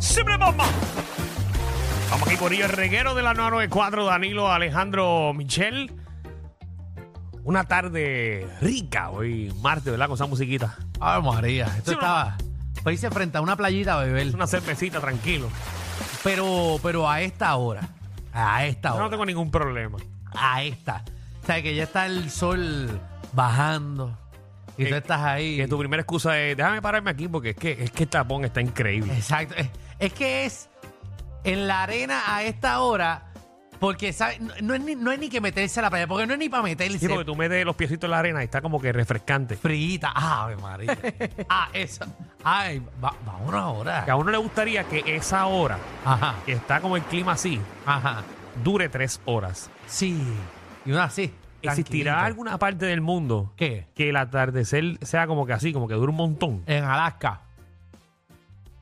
¡Siempre bomba! Vamos aquí por ello, el reguero de la 994, Danilo Alejandro Michel. Una tarde rica hoy, martes, ¿verdad? Con esa musiquita. Ave María, esto Sí, estaba. Pues hice frente a una playita a beber, Una cervecita, tranquilo. pero, pero a esta hora. A esta Yo no hora. tengo ningún problema. A esta. O sea, que ya está el sol bajando. Y Eh, tú estás ahí. Que tu primera excusa es, déjame pararme aquí porque es que, es que el tapón está increíble. Exacto. Es, es que es en la arena a esta hora. Porque ¿sabes? No, no es ni, no es ni que meterse a la playa, porque no es ni para meterse. Sí, porque tú metes los piecitos en la arena y está como que refrescante. Frita. Ave María. ah, eso. Ay, va- vámonos ahora. Que a uno le gustaría que esa hora, Ajá, que está como el clima así, ajá. dure tres horas. Sí. Y una así. ¿Existirá tranquilita. alguna parte del mundo ¿Qué? que el atardecer sea como que así, como que dure un montón? En Alaska.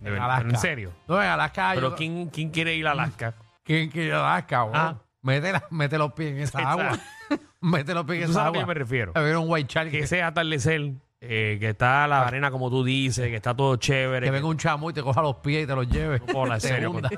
De verdad, Alaska. ¿En serio? No, en Alaska. Pero yo- ¿quién, ¿quién quiere ir a Alaska? ¿Quién quiere ir a Alaska, bro? Ah. Mete, la- mete los pies en esa agua. mete los pies en Tú esa sabes a qué agua. me refiero. A ver un white shark. Que Que, ese atardecer, eh, que está la arena como tú dices, que está todo chévere. Ah. que venga un chamo y te coja los pies y te los lleve. Hola, en Te serio, hunda.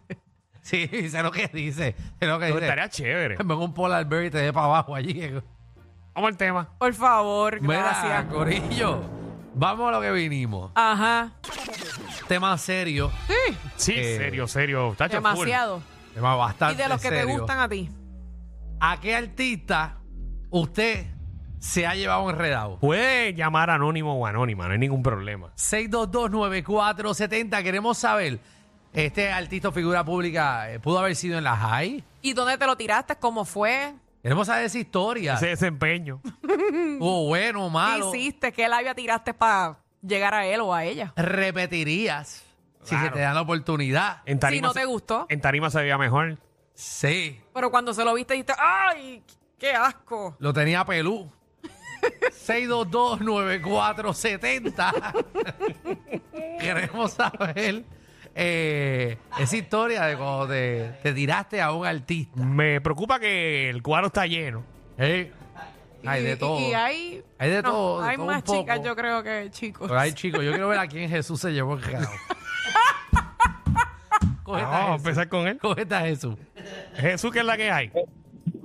sí, sé lo que dice. Sé lo que Pero dice. estaría chévere. Venga un polar bear y te dé para abajo allí. Vamos al tema. Por favor, Mira, gracias. Corillo. Vamos a lo que vinimos. Ajá. Tema serio. Sí, Eh, serio, serio. Está hecho full. Demasiado. Tema Y bastante de los que te Ah, serio. gustan a ti. ¿A qué artista usted se ha llevado enredado? Puede llamar anónimo o anónima, no hay ningún problema. 6229470. Queremos saber, este artista o figura pública eh, pudo haber sido en la high. ¿Y dónde te lo tiraste? ¿Cómo fue? Queremos saber esa historia. Ese desempeño. ¿Hubo bueno o ¿Qué malo? hiciste? ¿Qué labia tiraste para llegar a él o a ella? ¿Repetirías si se Claro. Eh. te da la oportunidad? En Si no tarima, te gustó. en tarima se veía mejor. Sí. Pero cuando se lo viste, dijiste, ¡ay! ¡Qué asco! Lo tenía pelú. 6229470. Queremos saber eh, esa historia de cuando te, te tiraste a un artista. Me preocupa que el cuadro está lleno. ¿eh? Hay Y- de y- todo. Y, hay. Hay de no, todo, de hay todo un más chicas, poco. yo creo que chicos. Pero ay, chicos, yo quiero ver a quién Jesús se llevó enredado. Coge esta Vamos a Jesús. empezar con él. Coge esta Jesús. Jesús, que es la que hay.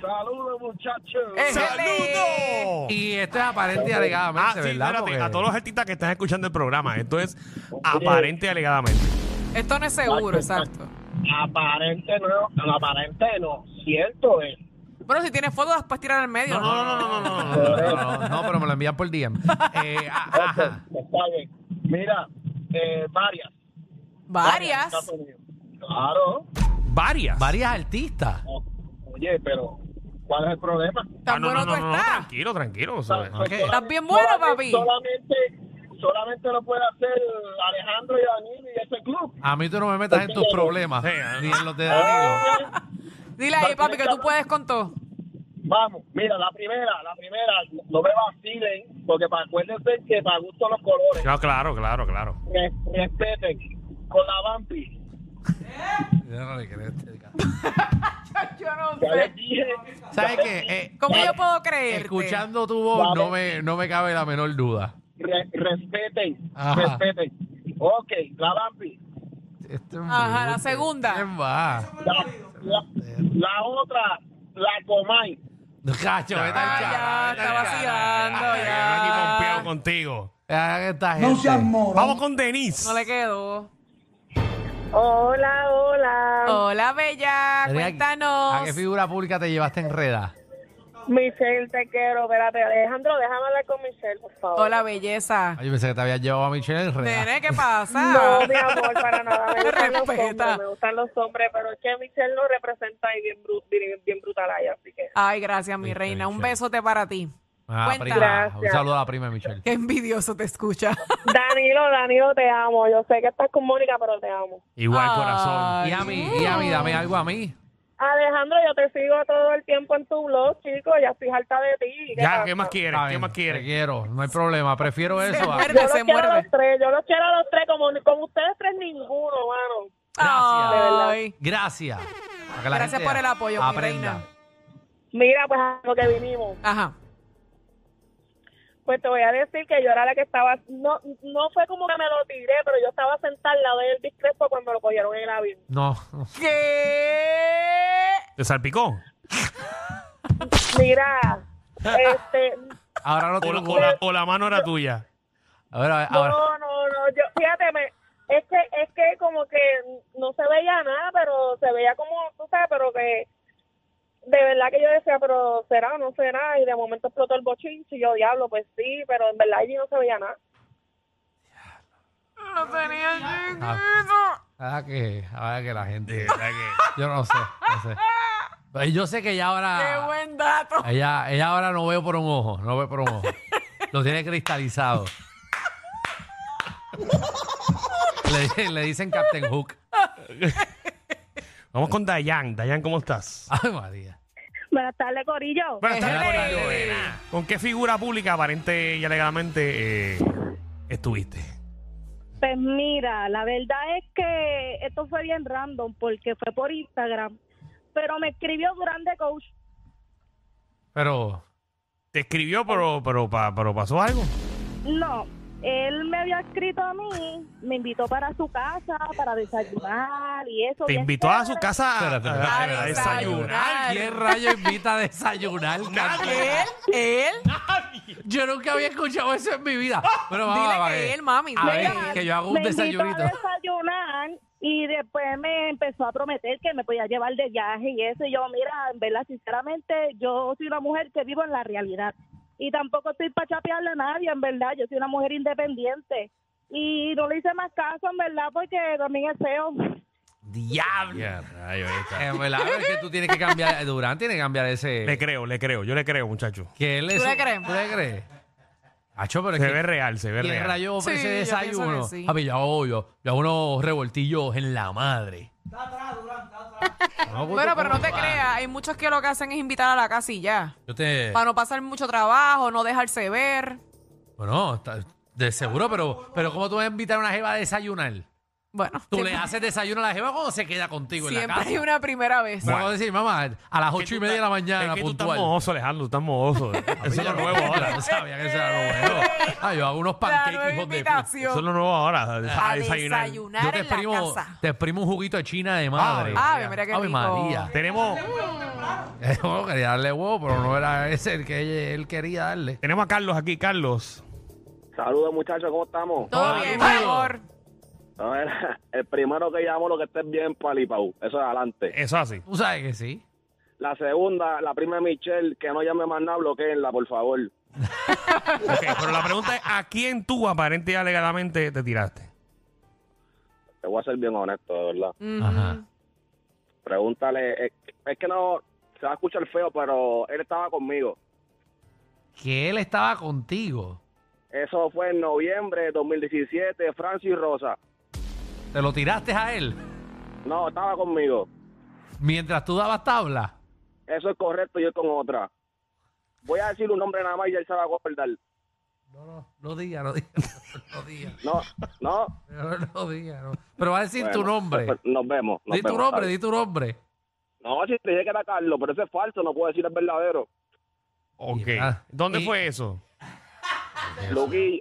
Saludos, muchachos. ¡Éjele! ¡Saludos! Y esto es aparente y oh. Ah, alegadamente, sí, ¿verdad? espérate, Porque- a todos los artistas que están escuchando el programa, esto es aparente y alegadamente. Esto no es seguro, exacto. Aparente no, no, aparente no, cierto es. Bueno, si tienes fotos, las puedes tirar al medio. No, no, no, no, no, no, no, eh, no, no, no, no, pero me lo envían por DM. Eh, a- ajá. Está bien. Mira, eh, varias. Varias. Ah, Estados Unidos. Claro. Varias. Varias artistas. O- Oye, pero ¿cuál es el problema? Ah, Tan no, no, bueno no, tú no, no, estás. tranquilo, tranquilo. o sea, Estás Estás bien bueno, papi. Solamente, solamente lo puede hacer Alejandro y Danilo y ese club. A mí tú no me metas en tus problemas, Sí, ah. ni en los de Danilo. Dile ahí, papi, que tú puedes con todo. Vamos, mira, la primera, la primera, no me vacilen, porque pa- acuérdense que para gusto los colores. no, claro, claro, claro. Re- respeten con la vampi. Yo no le creo a este gato. Yo no Ya les sé. dije. ¿Sabes ya qué? les Eh, ¿Cómo yo puedo creer? escuchando tu voz no me, no me cabe la menor duda. dije, re- respeten, Ajá. respeten. Ok, la vampi. Este Ajá, la embuste. segunda. ¿Quién va? La, la- la otra, la comay. Cacho, vete al Ah, chat. ya, vete está al chat. vaciando, Ay, ya. yo aquí pompeado contigo. Ah, esta gente. Vamos con Denise. No le quedó. Hola, hola. Hola, Adriana, Bella, ¿A cuéntanos. qué figura pública te llevaste enreda? Michelle, te quiero. Espérate, Alejandro, déjame hablar con Michelle, por favor. Hola, belleza. Ay, yo pensé que te habías llevado a Michelle enreda. Nene, ¿qué pasa? No, mi amor, para nada. Me gustan los Respeta. hombres, me gustan los hombres, pero es que Michelle lo representa y bien, bru- bien, bien brutal ahí, así que. Ay, gracias, mi Viste, reina. Un Michelle. besote para ti. Ah, Cuenta. prima. Un Gracias. saludo a la prima de Michelle. Qué envidioso te escucha. Danilo, Danilo, te amo. Yo sé que estás con Mónica, pero te amo. Igual, corazón. Ay, Y a mí, y a mí, dame algo a mí. Alejandro, yo te sigo todo el tiempo en tu blog, chico. Ya estoy harta de ti. Ya, pasa? ¿qué más quieres? Está ¿Qué bien, más Te quieres? quiero, no hay problema. Prefiero eso. Ah, a- muerde. Yo los Se quiero a muerde. los tres. Yo los quiero a los tres. Como, como ustedes tres, ninguno, mano. Gracias. Ay. Gracias. Para que la Gracias gente por el apoyo, mi aprenda. reina. Mira, pues a lo que vinimos. Ajá. Pues te voy a decir que yo era la que estaba, no, no fue como que me lo tiré, pero yo estaba sentada al lado de Elvis Crespo cuando lo cogieron en el avión. No, ¿Qué? ¿Te salpicó? Mira, este, ahora no O la, tengo o la- o la mano era tuya. A ver, a ver, ahora. no, no, no, yo, fíjate, me- es que, es que como que no se veía nada, pero se veía como, tú sabes, pero que de verdad que yo decía, pero será o no será, y de momento explotó el bochinche, y yo, diablo, pues sí, pero en verdad allí no se veía nada. Lo tenía chiquito. ah. Ahora que, ahora que la gente. De verdad que- Yo no sé, no sé. Pero yo sé que ella Qué ahora. buen dato. Ella, ella ahora no veo por un ojo, no veo por un ojo. Lo tiene cristalizado. Le, di- le dicen Captain Hook. Vamos con Dayan. Dayan, ¿cómo estás? Ay, María. Buenas tardes, Corillo. Buenas tardes, Ejele. Corillo, nena. ¿Con qué figura pública aparente y alegadamente eh, estuviste? Pues mira, la verdad es que esto fue bien random porque fue por Instagram, pero me escribió Durante Coach. Pero. ¿Te escribió, pero, pero, pa- pero pasó algo? No, él me había escrito a mí, me invitó para su casa, para desayunar y eso. ¿Te bien invitó a su chévere. casa a, Espérate, a- espérate, a espérate. desayunar? ¿Quién rayo invita a desayunar? Nadie. ¿Él? ¿Él? Yo nunca había escuchado eso en mi vida. Pero vamos, Dile vamos, que eh. él, mami, A dile ver, que él. que yo hago Me un invitó desayunito. a desayunar y después me empezó a prometer que me podía llevar de viaje y eso. Y yo, mira, en verdad, sinceramente, yo soy una mujer que vivo en la realidad. Y tampoco estoy para chapearle a nadie, en verdad. Yo soy una mujer independiente. Y no le hice más caso, en verdad, porque también es feo. Diablo. Ya, rayo, ahí está. En verdad, pero es que tú tienes que cambiar. Durán tiene que cambiar ese. Le creo, le creo. Yo le creo, muchacho. que él ¿Tú es- le crees? ¿Tú le crees? Acho, pero es Se que- ve real, se ve ¿Quién real. rayo ofrece Sí, yo pienso que desayuno? sí. Papi, yo hago, yo, yo hago unos revoltillos en la madre. Está atrás, Durán, está atrás. Bueno, pero no te creas. Hay muchos que lo que hacen es invitar a la casa y ya. Yo te. Para no pasar mucho trabajo, no dejarse ver. Bueno, está- de seguro, pero, pero ¿cómo tú vas a invitar a una jeva a desayunar? Bueno, Tú siempre, le haces desayuno a la jeva cuando se queda contigo en la siempre casa. hay una primera vez. Pero vamos a decir, mamá, a las Es que ocho y tú media de la estás- mañana, Es que tú puntual. estás mohoso, Alejandro, tú estás mohoso. Eso es lo nuevo Yo ahora. No sabía que eso era lo bueno. Ah, yo hago unos la pancakes, nueva hijos de Eso es invitación. lo nuevo ahora. A A desayunar. desayunar Yo te en la exprimo, casa. te exprimo un juguito de China de madre. Ave María, qué Ave rico. María. Tenemos, Yo quería darle huevo, pero no era ese el que ella- él quería darle. tenemos a Carlos aquí, Carlos. Saludos, muchachos, ¿cómo estamos? Todo Ay, bien, mi bueno. amor. A ver, el primero que llamo lo que esté bien palipau, eso es adelante. Eso así. Tú sabes que sí. La segunda, la prima de Michelle, que no llame más nada, bloqueenla, por favor. Ok, pero la pregunta es, ¿a quién tú aparente y alegadamente te tiraste? Te voy a ser bien honesto, de verdad. Ujú. Ajá. Pregúntale, es, es que no, se va a escuchar feo, pero él estaba conmigo. Que él estaba contigo. Eso fue en noviembre de 2017, Francis Rosa. Te lo tiraste a él No, estaba conmigo. mientras tú dabas tabla. Eso es correcto, yo con otra. Voy a decir un nombre nada más y él se va a acordar. No, no, no diga, no diga. No diga. No, no. No, no diga. no. Pero va a decir tu Bueno, nombre. pues, Nos vemos. nos Di tu vemos, nombre, ¿sabes? di tu nombre. No, si te dije que era Carlos, pero ese es falso, no puedo decir el verdadero. Ok. Y- ah, ¿Dónde y- fue eso? Luqui,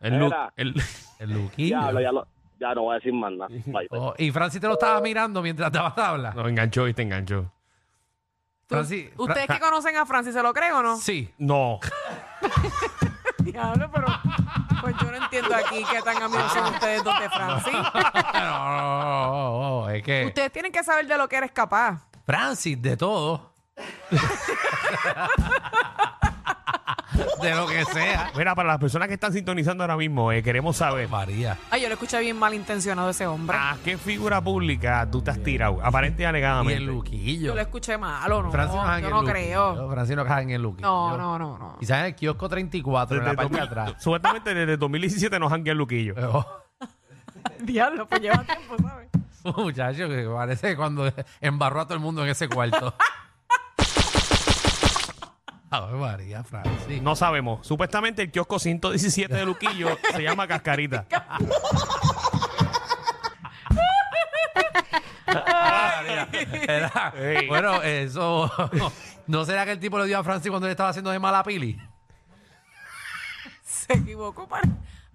El look. Era. El... El Luquillo. ya, lo- ya, lo- ya no voy a decir más nada. Bye, bye. Oh, y Francis te lo estaba mirando mientras dabas tabla. No, enganchó y te enganchó. Tú- Francis- ¿Ustedes Fra- que conocen a Francis se lo creen o no? Sí. No. Diablo, pero pues yo no entiendo aquí qué tan amigos son ustedes dos de Francis. No, no, no, no. que Ustedes tienen que saber de lo que eres capaz. Francis, de todo. de lo que sea. Mira, para las personas que están sintonizando ahora mismo, eh, queremos saber María. Ay, yo lo escuché bien malintencionado ese hombre. Ah, a qué figura pública tú te has tirado, aparente y Y alegadamente. el luquillo. Yo lo escuché malo, no. Francis no cae en yo el no luquillo. creo. Francis no cae en el luquillo. No, no, no, no. Quizás en el kiosco 34, en la parte 2000 de atrás. Supuestamente desde 2017 nos han el luquillo. Pero, Diablo, pues lleva tiempo, ¿sabes? muchacho, que parece cuando embarró a todo el mundo en ese cuarto. Ave María, Francis. No sabemos. Supuestamente el kiosco 117 de Luquillo se llama Cascarita. Era- Ey. bueno, eso. ¿No será que el tipo le dio a Francis cuando le estaba haciendo de mala pili? Se equivocó para.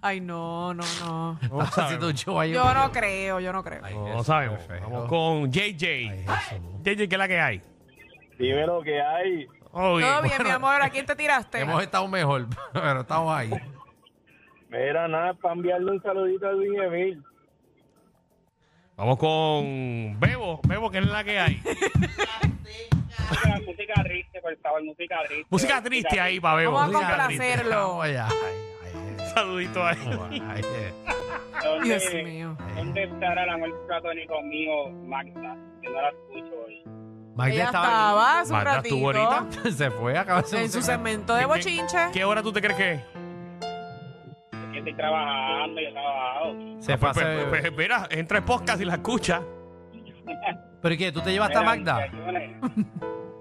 Ay, no, no, no. No Estaba haciendo un sabemos. show ahí. Yo no creo, yo no creo. Ay, No Jesús, sabemos. qué feo. Vamos con JJ. JJ, ¿qué es la que hay? Dime lo que hay. Oh, bien. Todo bien, mi amor, ¿a quién te tiraste? Hemos estado mejor, pero estamos ahí. Mira, nada, para enviarle un saludito a Luis Emil. Vamos con Bebo. Bebo, ¿qué es la que hay? música triste, por favor, música triste. Música triste ahí para Bebo. Vamos a música complacer. triste. Hacerlo. Vamos allá. Ay, ay, Saludito ahí. ay, ay, ay. ¿Dónde, Dios mío. ¿Dónde estará el amor platónico mío, Magda? Que no la escucho hoy. Magda Ella estaba- estaba hace un Magda estuvo ratito ahorita. Se fue, acaba de hacer en un su segmento. segmento de bochinche. ¿Qué hora tú te crees que es? Es que estoy trabajando, yo he trabajado. Se fue Pues, a hacer- pues, pues, mira, entra en podcast y la escucha. ¿Pero qué? ¿Tú te llevaste a Mira, Magda? muchachones.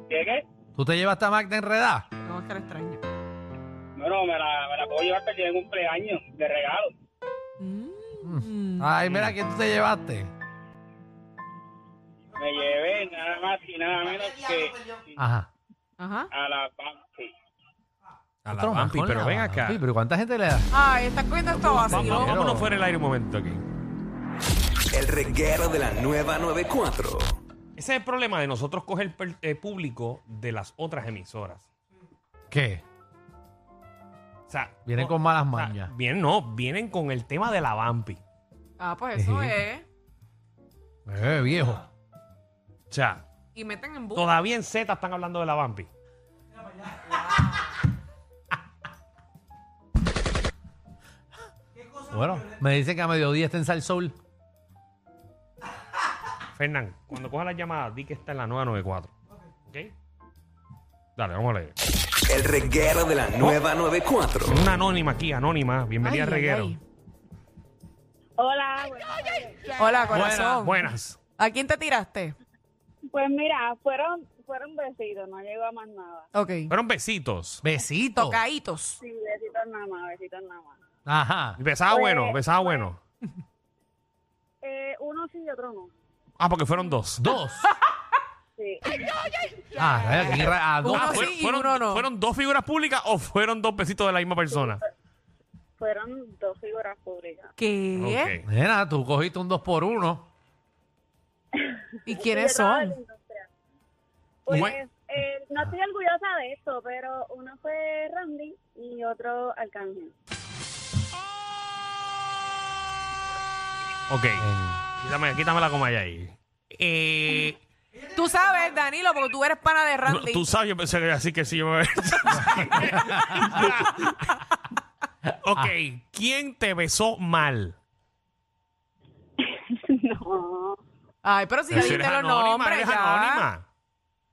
¿Qué, qué? ¿Tú te llevaste a Magda enredada? No, es que le extraño. Bueno, me la, me la puedo llevar para que llegue un cumpleaños de regalo. Mm. Ay, mira, ¿quién tú te llevaste? Me llevé nada más y nada menos que Ajá. Ajá. a la Bambi. A la Otro más Bambi, con pero la ven acá. Bambi, pero ¿cuánta gente le da? Ay, estás cogiendo esto Vamos, vacío. vámonos fuera del aire un momento aquí. El reguero de la nueva 94. Ese es el problema de nosotros coger per- eh, público de las otras emisoras. ¿Qué? O sea, Vienen no- con malas o sea, mañas. Bien, no, vienen con el tema de la Bambi. Ah, pues eso Ejé. es. Eh, viejo. O sea, Y meten en bu- todavía en Z están hablando de la Bambi. Bueno, me dicen que a mediodía está en Sal Sol. Fernán, cuando coja la llamada, di que está en la 994. ¿Ok? Dale, vamos a leer. El reguero de la nueva 94. Tengo Una anónima aquí, anónima. Bienvenida, Ay, ay, Reguero. ay. Hola, buenas Hola, corazón. Buenas. ¿A quién te tiraste? Pues mira, fueron fueron besitos, no llegó a más nada. Ok. Fueron besitos. Besito. Tocaditos. Sí, besitos nada más, besitos nada más. Ajá. Besaba Pues, bueno, besaba bueno. Eh, uno sí y otro no. Ah, porque fueron dos. Ah, Dos. Sí. Ah, raya, aquí ra- a dos. Uno Ah, sí fueron, y fueron- uno no. ¿Fueron dos figuras públicas o fueron dos besitos de la misma persona? Fueron dos figuras públicas. ¿Qué? Ok. Nena, tú cogiste un dos por uno. ¿Y quiénes son? Pues Bueno. eh, no estoy orgullosa de esto, pero uno fue Randy y otro Arcángel. Eh. Ok. Quítame, quítame la coma ahí. Eh, Tú sabes, Danilo, porque tú eres pana de no, Randy. tú sabes, yo pensé que así que sí yo me Ok, ¿quién te besó mal? no. Ay, pero si ya Pero si dijiste eres los anónima, nombres, eres ya. anónima.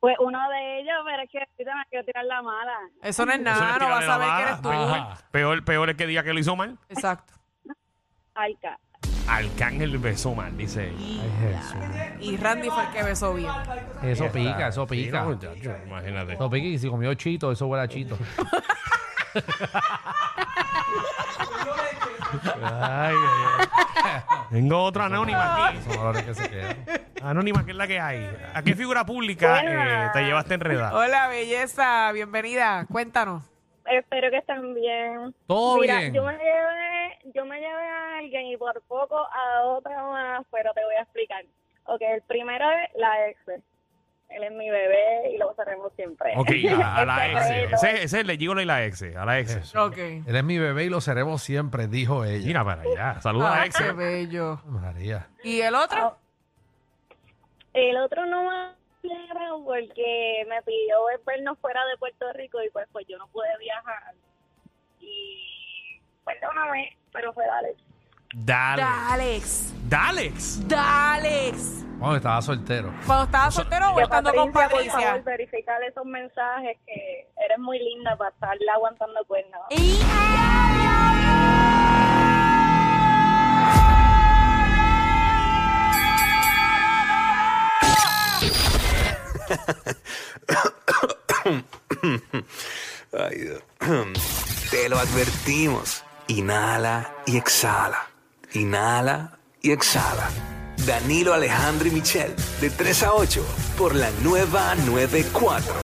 Pues uno de ellos, pero es que ahorita me quiero tirar la mala. Eso no es Eso nada, es no tirarle vas a ver la que eres tú. bala. Peor, peor es que diga que lo hizo mal. Exacto. Alca. Arcángel besó mal, dice él. Ay, Jesús. Y Randy fue el que besó bien. Eso Ahí está. pica, eso Sí, no, pica. muchacho, imagínate. Eso pica y si comió chito, eso huele a chito. Ay, ay, ay. Tengo otra anónima aquí. Son olores que se quedan. Anónima, que es la que hay. ¿A qué figura pública eh, te llevaste enredada? Hola, belleza. Bienvenida. Cuéntanos. Espero que estén bien. Todo Mira, bien. yo me llevé, yo me llevé a alguien y por poco a otra más, pero te voy a explicar. Ok, el primero es la ex. pues. Él es mi bebé y lo cerremos siempre. Ok, a, a la ex. Este reto. Ese, ese es el de Gigolo y la ex. A la ex. Ok. Eres mi bebé y lo seremos siempre, dijo ella. Ah, Mira para allá. Saluda a la Ay, ex. qué bello. Oh. María. ¿Y el otro? El otro no va celebrado porque me pidió vernos fuera de Puerto Rico y pues, pues yo no pude viajar. Y perdóname, pero fue dale. Dale. Dalex. Dalex. Dalex. Bueno, estaba soltero. Cuando estaba soltero o estando Pues, con por favor, Patricia. verificar esos mensajes que eres muy linda para estarla aguantando cuernos. Y- Ay, Dios. Te lo advertimos. Inhala y exhala. Inhala y exhala. Danilo Alejandro y Michel, de 3 a 8, por la nueva 94.